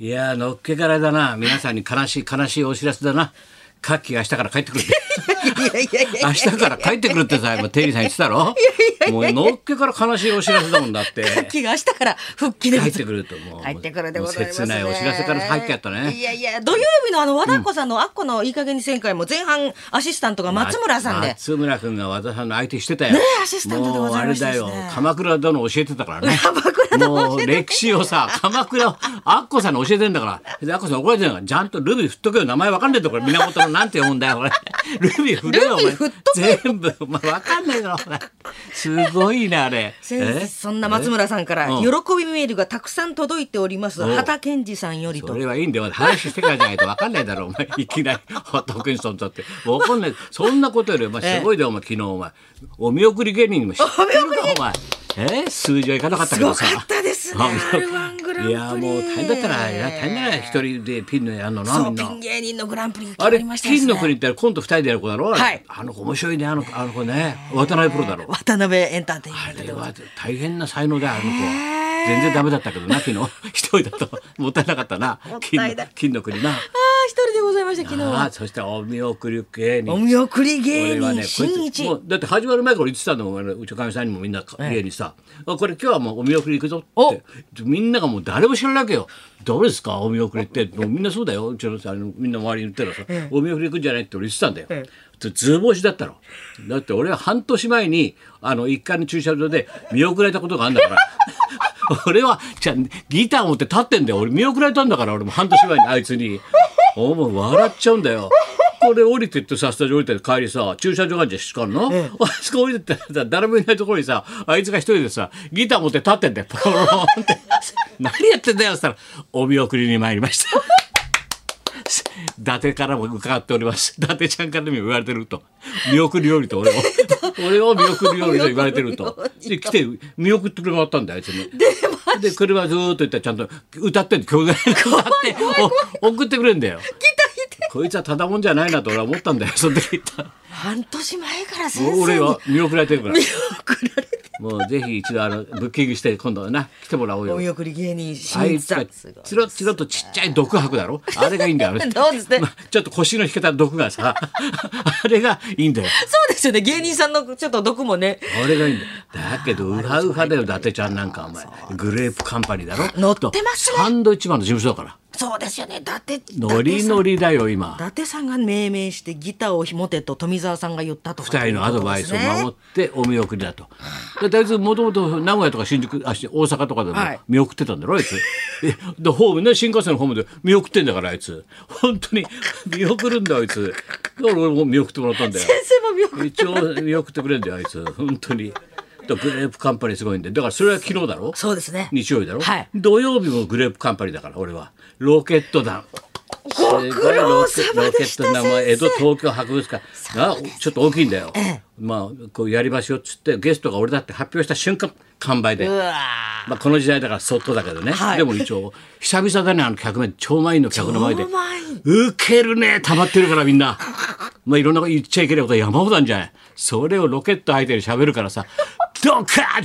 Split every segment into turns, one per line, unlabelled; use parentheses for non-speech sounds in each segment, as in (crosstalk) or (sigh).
いやーのっけからだな皆さんに悲しい悲しいお知らせだなカッキーが明日から帰って
(laughs)
くるって明日から帰ってくるってさ今テリーさん言ってたろもうのっけから悲しいお知らせだもんだって
カッキーが明日から復帰で
帰
す
ってくるともう
帰ってくるでございます、
も
ね、
う切ないお知らせから入っちゃったね
いやいや土曜日のあの和田アキ子さんの「あっこのいい加減に旋回」も前半アシスタントが松村さんで
松村君が和田さんの相手してたよ
ねえアシスタントでございましたしね
もうあれだよ鎌倉殿教えてたからね
鎌倉殿
も
教えて
う
た
歴史を
(laughs)
さ鎌倉をアッコさんに教えてんだからでアッコさん怒られてるからちゃんとルビー振っとけよ名前わかんねえ
(laughs)
とこれ源のなんて読むんだよこれルビー振れよお
ルビ
前
ー振っと
全部お前わかんないだろお前すごいねあれ
先
え
生そんな松村さんから
うん
喜びメールがたくさん届いております
う
畑健二さんより
そ
と
れはいいんだよ話してからじゃないとわかんないだろお前いきなりホットクインソンだってわかんないそんなことよりお前すごいだよお前昨日お前お見送り芸人にも知ってるかお前えー数字はいかなかった
す
けど
ご
さ
かったですね R1 グランプリ
いやもう大変だったないや大変だな一人でピンのやんのなみ
そ
ん
うピ
な
ン芸人のグランプリが
あ
決ま
れ
りました
金の国って今度二人でやる子だろあれ
はい
あの子面白いねあの子あの子ね渡辺プロだろ
渡辺エンターテイン
あ
メント
れ
でございます
は大変な才能だよあの子は全然ダメだったけどな昨日一人だ
(laughs)
ともったいなかったな
もっ
金
たい
の
ない
金の国な
ああ一人でございました昨日
あ
は
あそしてお見送り芸人
お見送り芸
俺は
人
ねこいつ
新一、
もうだって始まる前から言ってたの俺うちのかみさんにもみんなか家にさ、あこれ今日はもうお見送り行くぞってみんながもう誰も知らないわけよどうですかお見送りってもうみんなそうだようちのさあのみんな周りに言ったらさ、お見送り行くんじゃないって俺言ってたんだよ、図星だったのだって俺は半年前にあの一階の駐車場で見送られたことがあるんだから (laughs) 俺はじゃあギター持って立ってんだよ俺見送られたんだから俺も半年前にあいつにお前笑っちゃうんだよこれ降りてってさスタジオ降りて帰りさ駐車場があるじゃんしかんの、あそこ降りてってさ誰もいないところにさあいつが一人でさギター持って立ってんだよポロロンって (laughs) 何やってんだよっつったらお見送りに参りました (laughs) 伊達からも伺ってお (laughs) ります伊達ちゃんからも言われてると見送りよりと俺を (laughs) 俺を見送りよりと言われてるとで来て (laughs) 見送ってくれまったんだよあいつにで車ずーっと行ったらちゃんと歌ってんの (laughs) 教材歌ってお送ってくれんだよこいつはただもんじゃないなと俺は思ったんだ (laughs) よその時
半年前から先生に
俺は見送られてるから
見送られて
もうぜひ一度あのブッキングして今度はな来てもらおう
お
よ
見送り芸人
あ
新
い
一
つ
さ
が
んすごい
チロチロとちっちゃい毒吐くだ
(laughs)
ろあれがいいんだよあれ
どうですね
まちょっと腰の引けた毒がさ (laughs) あれがいいんだよ
そうですよね芸人さんのちょっと毒もね
あれがいいんだよだけどウハウハだよ伊達ちゃんなんかお前グレープカンパニーだろ
乗ってますね
サンドイッチマンの事務所だから
そうですよね伊達
ノリノ
リ
リだよ今
伊達さんが命名してギターをひもてと富澤さんが言ったとか
二人のアドバイスを守
っ
ってお見送りだと。で大体もともと名古屋とか新宿あし大阪とかでも
はい
見送ってたんだろあいつ。ででホームね新幹線のホームで見送ってんだからあいつ本当に見送るんだよあいつ。だから俺も見送ってもらったんだよ。
先生も見送り
一応見送ってくれんだよあいつ本当に。だからグレープカンパニーすごいんでだからそれは昨日だろ
そうですね
日曜日だろ、
はい
土曜日もグレープカンパニーだから俺はロケット団
ご苦労様でした
ロケット団は江戸
先生
東京博物館がちょっと大きいんだよ、まあこうやりましょうっつってゲストが俺だって発表した瞬間完売で
うわ
まあ、この時代だからそっとだけどね、
はい
でも一応久々だねあの客面超満員の客の前で
超満員
ウケるね溜まってるからみんなまあいろんなこと言っちゃいけないことは山ほどあるんじゃないそれをロケット相手に喋るからさドカードカ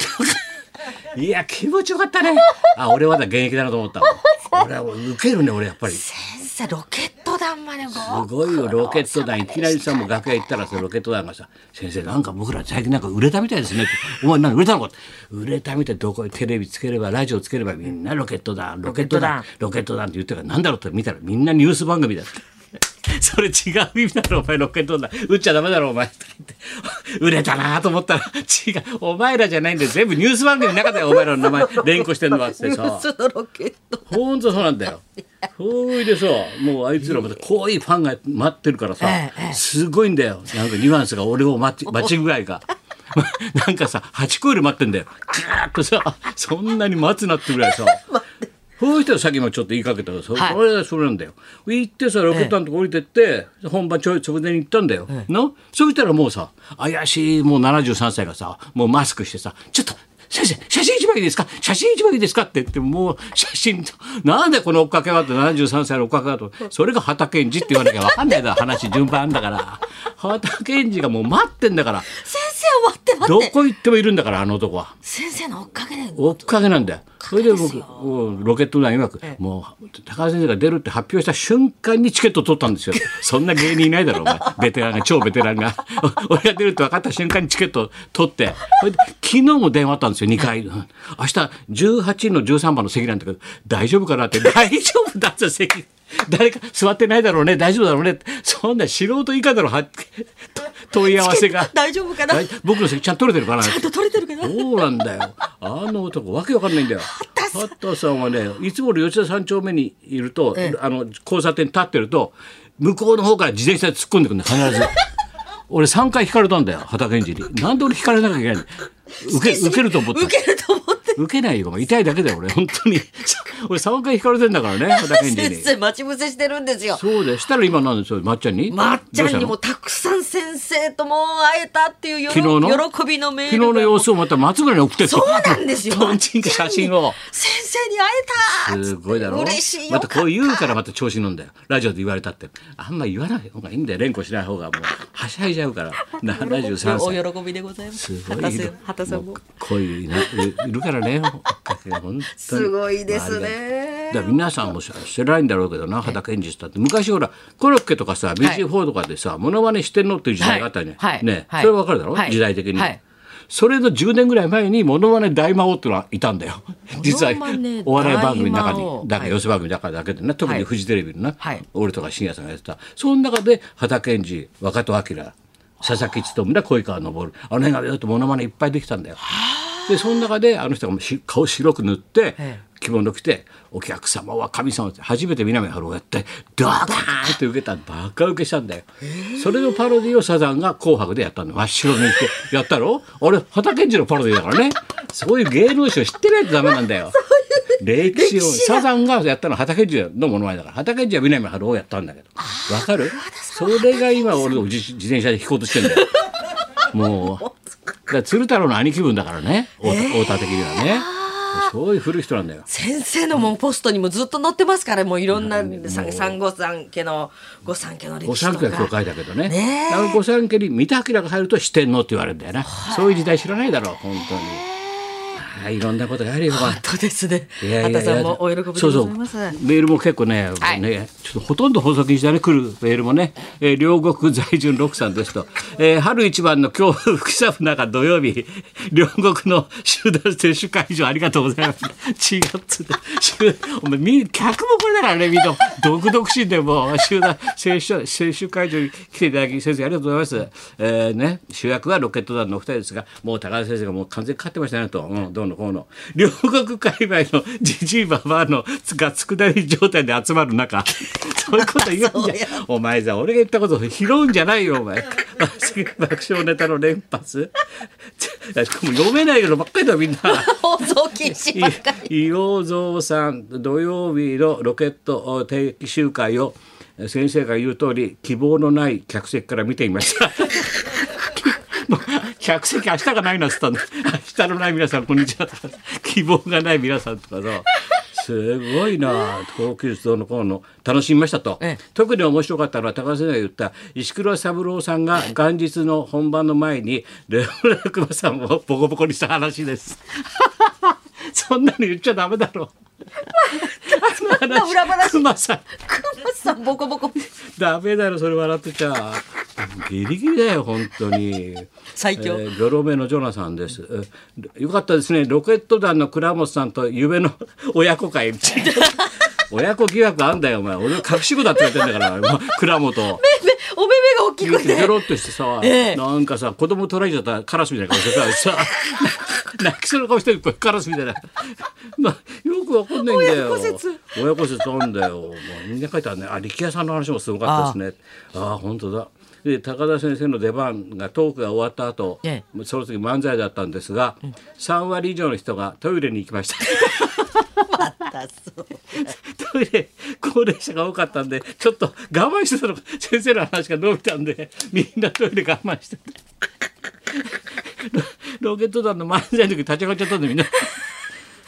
ーいや気持ちよかったねあ俺はだ現役だなと思
(laughs)
ったもん俺はウケるね俺やっぱりす
先生ロケット団までご
ごいよロケット団いきなりさもう楽屋行ったらさロケット団がさ「先生なんか僕ら最近なんか売れたみたいですね」って「お前何売れたのか?」って売れたみたいどこにテレビつければラジオつければみんなロケット団ロケット団ロケット団って言ってるからなんだろうって見たらみんなニュース番組だって。 (laughs) それ違う意味だろお前ロケットだ打っちゃダメだろお前とか言って売れたなと思ったら違うお前らじゃないんで全部ニュース番組の中だよお前らの名前連呼してんのはっつって
ニュ
さ
(laughs) ースのロケット
ほんとそうなんだよそれでさもうあいつらまたこういうファンが待ってるからさ
ええええ
すごいんだよなんかニュアンスが俺を待ち待ち具合が。 (laughs) まなんかさ8クール待ってんだよずーっとさそんなに待つなってぐらい
(laughs)
さそういう人はさっきもちょっと言いかけたけどそ,、
はい
れはそれなんだよ行ってさロケットのとこ降りてって、本番ちょい直前に行ったんだよ、なそうしたらもうさ怪しいもう73歳がさもうマスクしてさ「ちょっと先生写真一枚枚いいですか写真一枚いいですかって言ってもう写真となんでこの追っかけはって73歳の追っかけはとそれが畑健二って言わなきゃ分かんないだろ話順番だから畑健二がもう待ってんだから
先生待って待
ど
って
こ行ってもいるんだからあの男は
先生の追っかけで
追っかけなんだよそれで僕
追っか
うんロケット団曰くもう高橋先生が出るって発表した瞬間にチケット取ったん (laughs) ですよそんな芸人いないだろお前ベテランが超ベテランが (laughs) 俺が出るって分かった瞬間にチケット取ってそれで昨日も電話あったんですよ2回うん明日18の13番の席なんだけど大丈夫かなって (laughs) 大丈夫だって席誰か座ってないだろうね大丈夫だろうねってそんな素人以下だろは問い合わせが
大丈夫かな
大僕の席ちゃんと取れてるかな
ちゃんと取れてるかな
そうなんだよ。あの男、わけわかんないんだよ。ハッタさんはね、いつもより吉田三丁目にいると、あの交差点立ってると。向こうの方から自転車で突っ込んでくるんだよ、必
(laughs)
ず。俺三回引かれたんだよ、畑園児に。なんで俺引かれなきゃいけないの。受け、受けると思った。
受けると思って
受けないよ、お前痛いだけだよ、俺、本当に。俺三回引かれてんだからね、畑園児
先
に。
生待ち伏せしてるんですよ
そうでしたら今なんですよ、まっちゃんに。
まっちゃんに
どう
も
した
くさん先生とも会えたっていうよろ
昨日の
喜びのメー
の
ル
昨日の
が
様子をまた松村に送って
そうなんですよ
とんちんか写真を。
先生に会えた
すごいだろ
嬉しいよ
またこう言うからまた調子乗んだよラジオで言われたってあんま言わない方がいいんだよ連呼しない方がもうはしゃいじゃうから
(laughs)
73歳
お喜びでございます
すごい
畑さん畑さんも
恋いないるからね本当に
すごいですね
だから皆さんもさ知らないんだろうけどな畑健二さんって昔ほらコロッケとかさ BG4 とかでさモノマネしてんのっていう時代があったよね,、
はいはい
ね
はい
それわかるだろ、
はい
時代的に、
はい
それの10年ぐらい前にモノマネ大魔王っていうのはいたんだよ実は
モノマネ
お笑い番組の中
大魔
に
王
だから寄せ番組の中だけでな特にフジテレビのな、
はい
俺とか信也さんがやってたその中で畑健二若戸明佐々木努だ恋川昇あの辺がよっとモノマネいっぱいできたんだよ。でその中であの人がし顔白く塗って
え
着物着て「お客様は神様」って初めて南春をやってドカーンって受けたバカ受けしたんだよ。それのパロディをサザンが「紅白」でやったの真っ白にしてや (laughs) ったろあれ畑一のパロディだ (laughs) からねそういう芸能史を知ってないとダメなんだよ。歴史をサザンがやったのは畑一のものまねだから畑一は南春をやったんだけどわかるそれが今俺を自自転車で引こうとしてんだよ。もう
(laughs)
だから鶴太郎の兄貴分だからね太田太田的にはねそういう古い人なんだよ
先生のもうポストにもずっと載ってますからもういろんなさ三五三家の五三家の歴
御
史
三家
と
は教
か
会だけどね
ねえ
あの御三家に三田明が入ると四天王って言われるんだよなそういう時代知らないだろう本当にああいろんなことがあるよ
本当ですね
いやいやいや
畑さんもお喜びでご
そうそ
ざ
う
います
メールも結構ね,、
はい
ねちょっとほとんど放送禁止だね来るメールもね、えー両国在住六さんですと、えー春一番の強風吹き寒の中土曜日 (laughs) 両国の集団接種会場ありがとうございます違うっつって集お前み客もこれだからねみんな独々しいんでもう集団接種接種会場に来ていただき先生ありがとうございます、えーね、主役はロケット団のお二人ですがもう高田先生がもう完全に勝ってましたねと、うん、どうのこうの両国界隈のじじいばばあのがつくだり状態で集まる (laughs) 中そういうこと言うんじゃんお前さ俺が言ったこと拾うんじゃないよお (laughs) 前爆笑ネタの連発 (laughs) ちょしかも読めないのばっかりだみんな。
放送禁
(laughs)
止ばっかり
い洋蔵さん土曜日のロケット定期集会をえ先生が言う通り希望のない客席から見ていました。もう客席明日がないなっつったんだ明日のない皆さんこんにちはとか希望がない皆さんとかさすごいな東急鉄道の頃の楽しみましたと、
ええ
特に面白かったのは高橋先生が言った石黒三郎さんが元日の本番の前にレオラクマさんをボコボコにした話です (laughs) そんなの言っちゃダメだろあの話
(laughs) 裏話
熊さん
熊さんボコボコ
ダメだろそれ笑ってちゃギリギリだよ本当に
最強
えーギョロ目のジョナさんです、えーよかったですねロケット団の倉本さんと夢の (laughs) 親子会
(laughs)
親子疑惑あんだよお前俺の隠し子だって言ってんだから今倉本
お目目が大き
ギ
く
ョ
て
ロっとしてさ、
ええ
なんかさ子供取られちゃったカラスみたいな顔して
(laughs)
ささ泣きそうな顔してるカラスみたいな、 (laughs) まあ、よくわかんないんだよ
親子説
親子説なんだよもうみんな書いてあるねあ力也さんの話もすごかったですねああ本当だで高田先生の出番がトークが終わった後、
え
その次漫才だったんですが、3割以上の人がトイレに行きましたトイレ高齢者が多かったんでちょっと我慢してたの先生の話が伸びたんでみんなトイレ我慢しててロロケット団の漫才の時立ち上がっちゃったんでみんな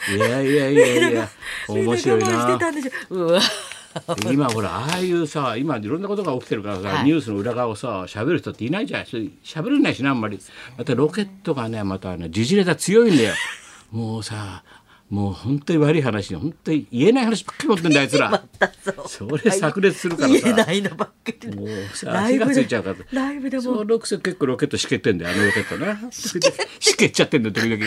いやいやいやいや
みんな
面白い
我慢して
な
たんでしょ
(laughs)
うわ
今ほらああいうさ今いろんなことが起きてるからさ、
はい
ニュースの裏側をさ喋る人っていないじゃんそれ喋れないしなあんまりまたロケットがねまたね時事ネタ強いんだよもうさもう本当に悪い話本当に言えない話ばっかり持ってんだあい
(laughs)
つらそれ炸裂するからさ
言えないのばっかりで
もうさ
ライ
火が
ブで
ついちゃうから
ライブで
そ
も
のロケット結構ロケットしけってんだよあのロケットなしけっちゃってんだよ時
(laughs)
々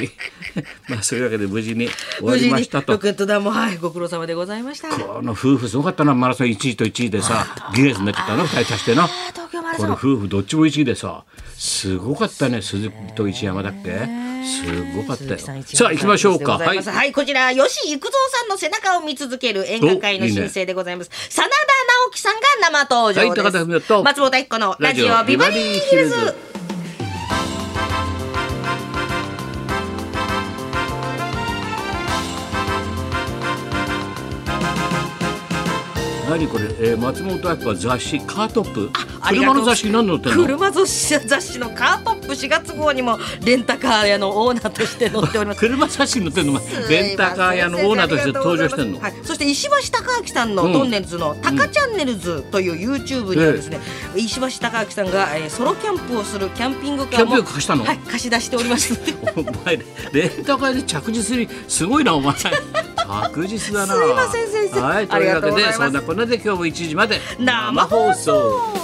まあそういうわけで無事に終わ
無
り
事
ま
に
したと
ロケット弾もはいご苦労様でございましたあ
この夫婦すごかったなマラソン1位と1位でさギネスになっちゃったな2人足してなこ
ー東京マラソ
の
ン
夫婦どっちも1位でさすごかったね鈴木と一山だっけすごかったよ
鈴木さん一
さあ行きましょうか
番
はい
最初でございますはい、こちら、吉幾三さんの背中を見続ける演歌会の申請でございます。真田直樹さんが生登場です。
はい高田文夫と
松本一子のラジオビバリーヒルズ。
何これ、えー松本明子は雑誌カートップ
ありが
車
とう
の雑誌何載ってんの
車雑誌雑誌のカートップ4月号にもレンタカー屋のオーナーとして載っております。
車写真載ってんのお前レンタカー屋のオーナーとして登場してんの
はい、そして石橋貴明さんの
うん
トンネルズの「タカチャンネルズ」という YouTube にはですね、石橋貴明さんが、えーソロキャンプをするキャンピング
キ
カーも
ャンピングカー貸したの
はい、貸し出しておりま
(laughs)
すすい
お前レンタカーで着実にすごいなお
(laughs)
前着実だな
ません先生
はいというわけ
ありがとうござい
で
ます
そんなこんなで今日も1時まで
生放送